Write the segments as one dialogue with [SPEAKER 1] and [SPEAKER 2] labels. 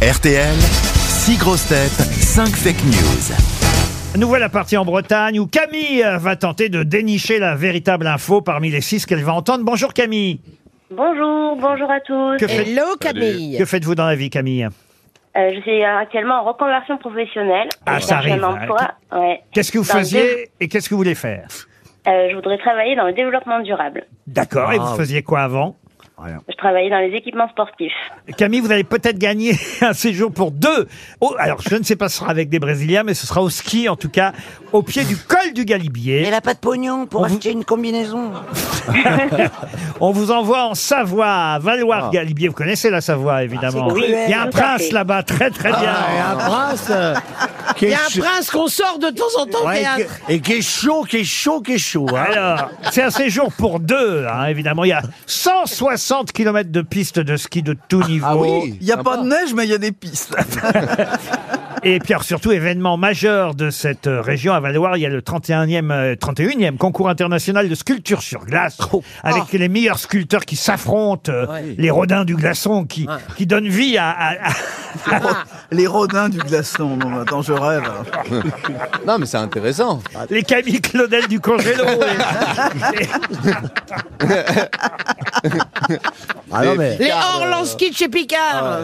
[SPEAKER 1] RTL, 6 grosses têtes, 5 fake news.
[SPEAKER 2] Nous voilà partis en Bretagne où Camille va tenter de dénicher la véritable info parmi les six qu'elle va entendre. Bonjour Camille.
[SPEAKER 3] Bonjour, bonjour à tous.
[SPEAKER 2] Que, faites-
[SPEAKER 4] Hello Camille
[SPEAKER 2] que faites-vous dans la vie Camille
[SPEAKER 3] Euh, je suis euh, actuellement en reconversion professionnelle.
[SPEAKER 2] Ah,
[SPEAKER 3] Je
[SPEAKER 2] ça
[SPEAKER 3] cherche
[SPEAKER 2] arrive,
[SPEAKER 3] un emploi. Ouais.
[SPEAKER 2] Qu'est-ce que vous
[SPEAKER 3] Dans le dé-
[SPEAKER 2] faisiez et qu'est-ce que vous voulez faire
[SPEAKER 3] euh, Je voudrais travailler dans le développement durable.
[SPEAKER 2] D'accord, et vous faisiez quoi avant
[SPEAKER 3] Je travaillais dans les équipements sportifs.
[SPEAKER 2] Camille, vous allez peut-être gagner un séjour pour deux. Oh, alors, je ne sais pas si ce sera avec des Brésiliens, mais ce sera au ski, en tout cas, au pied du col du Galibier.
[SPEAKER 4] Elle a pas de pognon pour
[SPEAKER 2] On vous-
[SPEAKER 4] acheter une combinaison.
[SPEAKER 2] On vous envoie en Savoie, à Valoir-Galibier. Vous connaissez la Savoie, évidemment.
[SPEAKER 3] Ah, c'est cruel.
[SPEAKER 2] Il y a un
[SPEAKER 3] Tout à
[SPEAKER 2] prince
[SPEAKER 3] fait.
[SPEAKER 2] là-bas, très très bien.
[SPEAKER 5] Ah, et un prince euh, qui
[SPEAKER 6] Il
[SPEAKER 5] est
[SPEAKER 6] y a un
[SPEAKER 5] chaud-
[SPEAKER 6] prince qu'on sort de temps en temps au
[SPEAKER 5] Ouais,
[SPEAKER 6] théâtre.
[SPEAKER 5] qui- et qui est chaud, qui est chaud, qui est chaud. hein.
[SPEAKER 2] Alors, c'est un séjour pour deux, hein, évidemment. Il y a 160 km de pistes de ski de tout niveau.
[SPEAKER 5] Oh,
[SPEAKER 7] Il n'y a pas de neige, mais il y a des pistes.
[SPEAKER 2] Et puis alors, surtout, événement majeur de cette euh, région à Valoir, il y a le 31e, euh, 31e concours international de sculpture sur glace,
[SPEAKER 7] Oh.
[SPEAKER 2] avec
[SPEAKER 7] Ah.
[SPEAKER 2] les meilleurs sculpteurs qui s'affrontent, euh, les rodins du glaçon qui, qui donnent vie à... à- à-
[SPEAKER 7] Les rodins du glaçon. Bon, attends, je rêve.
[SPEAKER 8] Non, mais c'est intéressant.
[SPEAKER 7] Ah.
[SPEAKER 2] les Camille Claudel du congélo. Et- et-
[SPEAKER 5] Ah non, mais-
[SPEAKER 6] Les Orlanski de chez Picard.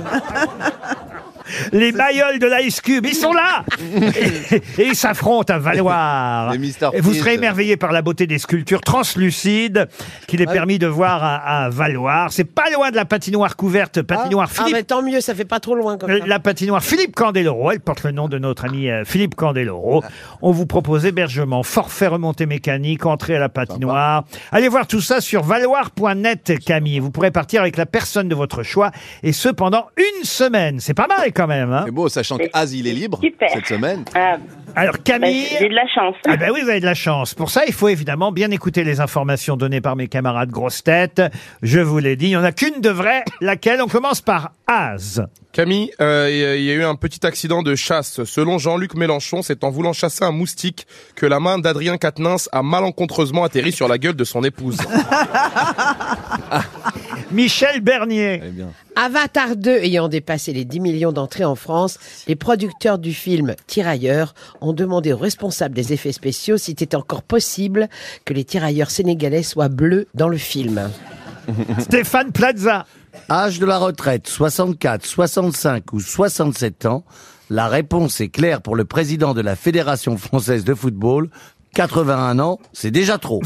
[SPEAKER 2] les maillots de l'Ice Cube, ils sont là Et, et ils s'affrontent à Valoir.
[SPEAKER 8] Les Mr.
[SPEAKER 2] Et vous
[SPEAKER 8] Freeze.
[SPEAKER 2] serez émerveillés par la beauté des sculptures translucides qu'il
[SPEAKER 6] Ah.
[SPEAKER 2] est permis de voir à, à Valoir. C'est pas loin de la patinoire couverte, patinoire
[SPEAKER 6] Ah,
[SPEAKER 2] Philippe euh,
[SPEAKER 6] mais tant mieux, ça fait pas trop loin comme ça.
[SPEAKER 2] La patinoire Philippe Candeloro, elle porte le nom de notre ami euh, Philippe Candeloro.
[SPEAKER 6] Ah.
[SPEAKER 2] On vous propose hébergement, forfait remontée mécanique, entrée à la patinoire. Allez voir tout ça sur valoir.net, Camille. Vous pourrez partir avec la personne de votre choix et ce pendant une semaine. C'est pas mal quand même. hein
[SPEAKER 8] C'est beau, sachant que Az, il est libre
[SPEAKER 3] Super.
[SPEAKER 8] cette semaine.
[SPEAKER 3] Ah,
[SPEAKER 2] Alors
[SPEAKER 3] bah,
[SPEAKER 2] Camille.
[SPEAKER 3] j'ai de la chance.
[SPEAKER 2] Ah ben oui, vous avez de la chance. Pour ça, il faut évidemment bien écouter les informations données par mes camarades grosses têtes. Je vous l'ai dit, il n'y en a qu'une de vraie, laquelle on commence par Az.
[SPEAKER 9] Camille, euh, il y a- il y a eu un petit accident de chasse. Selon Jean-Luc Mélenchon, c'est en voulant chasser un moustique que la main d'Adrien Quatennens a malencontreusement atterri sur la gueule de son épouse.
[SPEAKER 2] Michel Bernier.
[SPEAKER 6] Avatar 2 ayant dépassé les 10 millions d'entrées en France, les producteurs du film Tirailleurs ont demandé aux responsables des effets spéciaux s'il était encore possible que les tirailleurs sénégalais soient bleus dans le film.
[SPEAKER 2] Stéphane Plaza.
[SPEAKER 5] Âge de la retraite, 64, 65 ou 67 ans. La réponse est claire pour le président de la Fédération française de football. 81 ans, c'est déjà trop.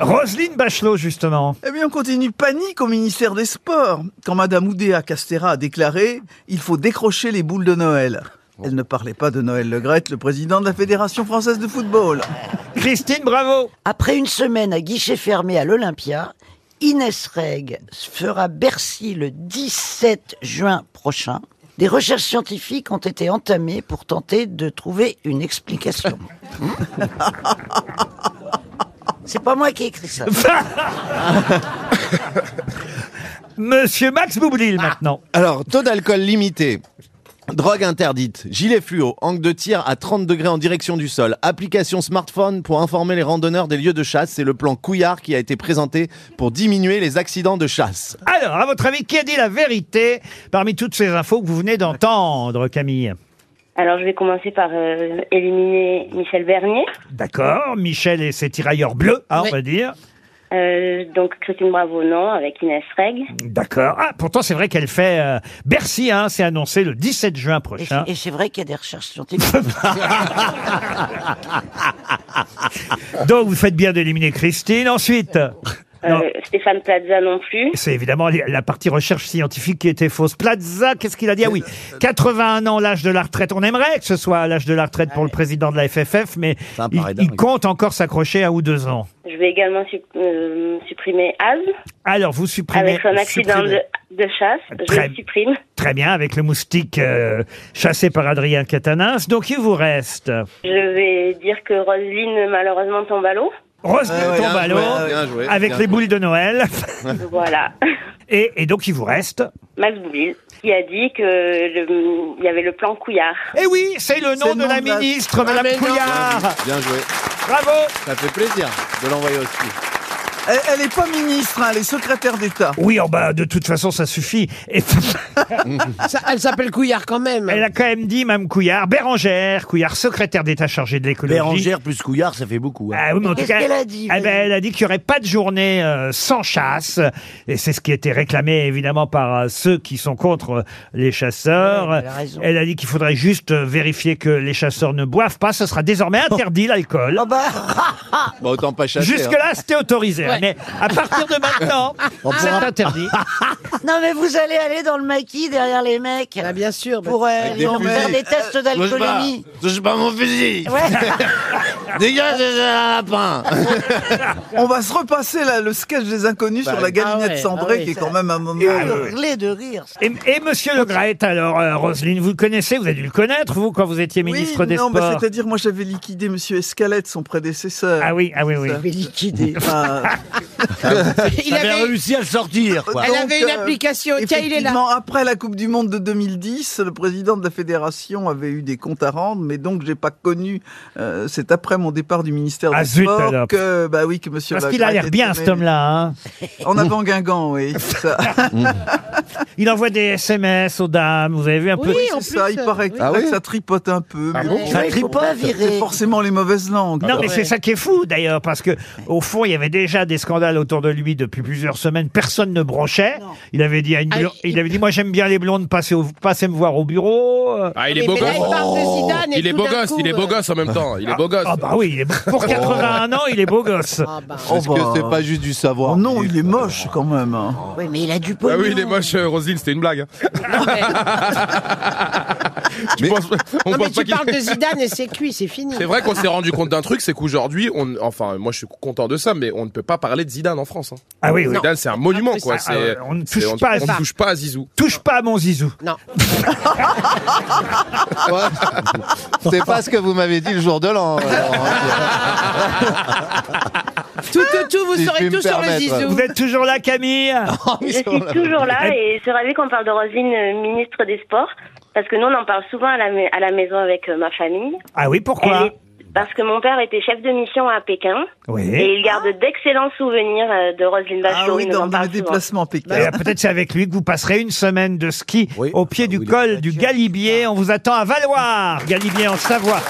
[SPEAKER 2] Roselyne Bachelot, justement.
[SPEAKER 7] Eh bien, on continue panique au ministère des Sports. Quand Madame Oudéa Castera a déclaré Il faut décrocher les boules de Noël. Elle ne parlait pas de Noël Le Graët, le président de la Fédération française de football.
[SPEAKER 2] Christine Bravo.
[SPEAKER 4] Après une semaine à guichet fermé à l'Olympia, Inès Reg fera Bercy le 17 juin prochain. Des recherches scientifiques ont été entamées pour tenter de trouver une explication. Hmm C'est pas moi qui ai écrit ça.
[SPEAKER 2] Monsieur Max Boublil, maintenant.
[SPEAKER 8] Alors, taux d'alcool limité. Drogue interdite, gilet fluo, angle de tir à 30 degrés en direction du sol, application smartphone pour informer les randonneurs des lieux de chasse, c'est le plan Couillard qui a été présenté pour diminuer les accidents de chasse.
[SPEAKER 2] Alors, à votre avis, qui a dit la vérité parmi toutes ces infos que vous venez d'entendre, Camille
[SPEAKER 3] Alors je vais commencer par euh, éliminer Michel Bernier.
[SPEAKER 2] D'accord, Michel et ses tirailleurs bleus, hein,
[SPEAKER 6] Oui.
[SPEAKER 2] on va dire.
[SPEAKER 3] Euh, donc Christine Bravo, non, avec Inès Reg.
[SPEAKER 2] D'accord. Ah, pourtant, c'est vrai qu'elle fait euh, Bercy, hein, c'est annoncé le 17 juin
[SPEAKER 4] Et
[SPEAKER 2] prochain.
[SPEAKER 4] c'est- Et c'est vrai qu'il y a des recherches scientifiques.
[SPEAKER 2] Donc, vous faites bien d'éliminer Christine. Ensuite,
[SPEAKER 3] Euh,
[SPEAKER 2] Non.
[SPEAKER 3] Stéphane Plaza non plus.
[SPEAKER 2] c'est évidemment li- la partie recherche scientifique qui était fausse. Plaza, qu'est-ce qu'il a dit Ah oui, 81 ans, l'âge de la retraite. On aimerait que ce soit l'âge de la retraite pour le président de la FFF, mais
[SPEAKER 5] Ça me
[SPEAKER 2] il,
[SPEAKER 5] paraît
[SPEAKER 2] il
[SPEAKER 5] dingue.
[SPEAKER 2] compte encore s'accrocher à ou deux ans.
[SPEAKER 3] Je vais également sup- euh, supprimer Az
[SPEAKER 2] Alors, vous supprimez...
[SPEAKER 3] avec son accident
[SPEAKER 2] supprimez-
[SPEAKER 3] de, de chasse. Je
[SPEAKER 2] Très-
[SPEAKER 3] le supprime.
[SPEAKER 2] Très bien, avec le moustique euh, chassé par Adrien Catanins. Donc, il vous reste...
[SPEAKER 3] Je vais dire que Roselyne malheureusement tombe à l'eau.
[SPEAKER 2] Rose
[SPEAKER 7] Ah ouais,
[SPEAKER 2] tombe
[SPEAKER 7] bien
[SPEAKER 2] à l'eau,
[SPEAKER 7] joué,
[SPEAKER 8] bien joué,
[SPEAKER 2] avec
[SPEAKER 8] bien
[SPEAKER 2] les
[SPEAKER 8] joué.
[SPEAKER 2] boules de Noël.
[SPEAKER 3] Voilà.
[SPEAKER 2] Et, et donc, il vous reste...
[SPEAKER 3] Max Boublil, qui a dit que le- il y avait le plan Couillard.
[SPEAKER 2] Eh oui, c'est le nom
[SPEAKER 7] C'est
[SPEAKER 2] de
[SPEAKER 7] le nom
[SPEAKER 2] la
[SPEAKER 7] de la-
[SPEAKER 4] Ah,
[SPEAKER 2] ministre, Madame
[SPEAKER 6] Ah, mais non.
[SPEAKER 2] Couillard.
[SPEAKER 8] Bien joué,
[SPEAKER 2] Bravo
[SPEAKER 8] ça fait plaisir de l'envoyer aussi.
[SPEAKER 7] Elle, elle est pas ministre, hein, elle est secrétaire d'État.
[SPEAKER 2] Oui, en bas, de toute façon, ça suffit. Et
[SPEAKER 6] Ça- elle s'appelle Couillard quand même.
[SPEAKER 2] elle a quand même dit, Mme Couillard, Bérangère, Couillard, secrétaire d'État chargée de l'écologie.
[SPEAKER 5] Bérangère plus Couillard, ça fait beaucoup. hein.
[SPEAKER 2] Ah oui, mais en tout
[SPEAKER 4] Qu'est-ce
[SPEAKER 2] cas,
[SPEAKER 4] qu'elle a dit,
[SPEAKER 2] ah ben,
[SPEAKER 4] Valérie
[SPEAKER 2] elle a dit qu'il n'y aurait pas de journée euh, sans chasse. Et c'est ce qui était réclamé évidemment par euh, ceux qui sont contre euh, les chasseurs.
[SPEAKER 4] Ouais, elle a raison.
[SPEAKER 2] elle a dit qu'il faudrait juste euh, vérifier que les chasseurs ne boivent pas. Ce sera désormais interdit l'alcool.
[SPEAKER 4] Ah bah,
[SPEAKER 8] Bah, autant pas chasser. hein.
[SPEAKER 2] Jusque-là, c'était autorisé. hein, Mais à partir de maintenant,
[SPEAKER 6] Ah,
[SPEAKER 2] c'est interdit.
[SPEAKER 4] non mais vous allez aller dans le maquis derrière les mecs
[SPEAKER 6] Ah, bien sûr. bah,
[SPEAKER 4] pour euh,
[SPEAKER 8] Avec des
[SPEAKER 4] leur
[SPEAKER 8] fusils.
[SPEAKER 4] faire des tests
[SPEAKER 8] Touche pas,
[SPEAKER 4] d'alcoolémie.
[SPEAKER 8] touche pas mon fusil.
[SPEAKER 4] Ouais.
[SPEAKER 8] Dégage, c'est un lapin.
[SPEAKER 7] On va se repasser là, le sketch des inconnus sur la galinette
[SPEAKER 6] ah ouais,
[SPEAKER 7] cendrée,
[SPEAKER 6] ah ouais,
[SPEAKER 7] qui est
[SPEAKER 6] ça- euh,
[SPEAKER 7] quand même un moment.
[SPEAKER 4] Hurler de rire.
[SPEAKER 2] Et, et Monsieur Le Graët, alors, euh, Roselyne, vous le connaissez, vous avez dû le connaître, vous, quand vous étiez ministre
[SPEAKER 7] oui,
[SPEAKER 2] des
[SPEAKER 7] non, bah,
[SPEAKER 2] Sports.
[SPEAKER 7] c'est-à-dire moi j'avais liquidé Monsieur Escalette, son prédécesseur.
[SPEAKER 2] ah oui, ah oui, oui.
[SPEAKER 4] Mais liquider.
[SPEAKER 7] Enfin,
[SPEAKER 6] Il
[SPEAKER 5] T'avais
[SPEAKER 6] avait,
[SPEAKER 5] réussi à le sortir, quoi.
[SPEAKER 6] elle
[SPEAKER 7] Donc,
[SPEAKER 6] avait une
[SPEAKER 7] euh,
[SPEAKER 6] application. Tiens, il est là.
[SPEAKER 7] Effectivement, après la Coupe du Monde de 2010, le président de la fédération avait eu des comptes à rendre, mais donc j'ai pas connu. euh, c'est après mon départ du ministère
[SPEAKER 2] Ah,
[SPEAKER 7] des
[SPEAKER 2] zut,
[SPEAKER 7] Sports
[SPEAKER 2] alors.
[SPEAKER 7] que bah oui que Monsieur.
[SPEAKER 2] Parce qu'il a
[SPEAKER 7] Lagraille
[SPEAKER 2] l'air bien,
[SPEAKER 7] était
[SPEAKER 2] cet homme-là. hein.
[SPEAKER 7] En avant Guingamp, oui. c'est ça.
[SPEAKER 2] Il envoie des SMS aux dames, vous avez vu un peu.
[SPEAKER 6] Oui,
[SPEAKER 7] Oui,
[SPEAKER 6] en
[SPEAKER 7] c'est
[SPEAKER 6] plus,
[SPEAKER 7] ça. Il
[SPEAKER 6] euh,
[SPEAKER 7] paraît
[SPEAKER 6] oui.
[SPEAKER 7] que, là, que ça tripote un peu. mais bon,
[SPEAKER 4] Ça tripote. pas
[SPEAKER 7] c'est
[SPEAKER 4] virer.
[SPEAKER 7] forcément les mauvaises langues.
[SPEAKER 2] Non, mais c'est ça qui est fou d'ailleurs, parce que au fond, il y avait déjà des scandales autour de lui depuis plusieurs semaines. Personne ne bronchait. Il avait dit, à une
[SPEAKER 6] Ah,
[SPEAKER 2] blonde-
[SPEAKER 6] il-
[SPEAKER 2] il avait dit, moi j'aime bien les blondes, passez, au- passez me voir au bureau. Euh,
[SPEAKER 9] Ah, il
[SPEAKER 6] Mais-
[SPEAKER 9] est beau
[SPEAKER 6] mais là, il
[SPEAKER 9] gosse.
[SPEAKER 6] parle de Zidane et
[SPEAKER 9] Il est
[SPEAKER 6] tout
[SPEAKER 9] beau
[SPEAKER 6] d'un
[SPEAKER 9] gosse,
[SPEAKER 6] coup,
[SPEAKER 9] il est beau
[SPEAKER 6] euh,
[SPEAKER 9] gosse en même temps. Il est beau gosse.
[SPEAKER 2] Ah bah oui, il est beau- pour 81 ans, il est beau gosse.
[SPEAKER 6] Ah, bah.
[SPEAKER 7] Oh,
[SPEAKER 8] Est-ce que
[SPEAKER 7] bah.
[SPEAKER 8] c'est pas juste du savoir
[SPEAKER 7] Oh non, il est moche quand même. hein.
[SPEAKER 4] Oui, mais il a du
[SPEAKER 9] Ah
[SPEAKER 4] pognon.
[SPEAKER 9] oui, il est moche, euh, Roselyne, c'était une blague. Tu
[SPEAKER 8] Mais-
[SPEAKER 9] penses- on
[SPEAKER 6] Non, mais
[SPEAKER 9] pense pas
[SPEAKER 6] tu
[SPEAKER 9] qu'il-
[SPEAKER 6] parles de Zidane et c'est cuit, c'est fini.
[SPEAKER 9] C'est vrai qu'on s'est rendu compte d'un truc, c'est qu'aujourd'hui, on, enfin, moi je suis content de ça, mais on ne peut pas parler de Zidane en France. hein.
[SPEAKER 2] Ah oui, oui.
[SPEAKER 9] Zidane, c'est un monument,
[SPEAKER 6] Ah,
[SPEAKER 9] quoi.
[SPEAKER 6] ah,
[SPEAKER 9] c'est-
[SPEAKER 2] ah, on ne
[SPEAKER 9] c'est-
[SPEAKER 2] touche pas à
[SPEAKER 9] on
[SPEAKER 2] ça.
[SPEAKER 9] ne touche pas à Zizou.
[SPEAKER 2] Touche pas à mon zizou.
[SPEAKER 6] Non.
[SPEAKER 8] Ouais. C'est pas ce que vous m'avez dit le jour de l'an. euh, Laurent.
[SPEAKER 6] Tout, tout, tout, vous
[SPEAKER 8] Si je
[SPEAKER 6] saurez
[SPEAKER 8] puis
[SPEAKER 6] tout
[SPEAKER 8] me
[SPEAKER 6] sur le
[SPEAKER 8] permettre.
[SPEAKER 6] Zizou.
[SPEAKER 2] Vous êtes toujours là, Camille
[SPEAKER 3] Je suis toujours là et je suis ravie qu'on parle de Roselyne, euh, ministre des Sports, parce que nous, on en parle souvent à la, mai- à la maison avec euh, ma famille.
[SPEAKER 2] Ah oui,
[SPEAKER 3] Elle
[SPEAKER 2] pourquoi
[SPEAKER 3] est- Parce que mon père était chef de mission à Pékin et
[SPEAKER 2] Oui.
[SPEAKER 3] il garde d'excellents souvenirs euh, de Roselyne Bachelot.
[SPEAKER 7] Ah oui,
[SPEAKER 3] il nous en
[SPEAKER 7] dans dans
[SPEAKER 3] parle
[SPEAKER 7] les
[SPEAKER 3] souvent.
[SPEAKER 7] déplacements à
[SPEAKER 2] Et,
[SPEAKER 7] Pékin.
[SPEAKER 2] euh, Peut-être c'est avec lui que vous passerez une semaine de ski
[SPEAKER 5] Oui.
[SPEAKER 2] au pied
[SPEAKER 5] Ah
[SPEAKER 2] du
[SPEAKER 5] oui,
[SPEAKER 2] col du Galibier. On vous attend à Valoir, Galibier en Savoie.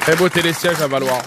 [SPEAKER 9] Très beau télésiège à Valoir.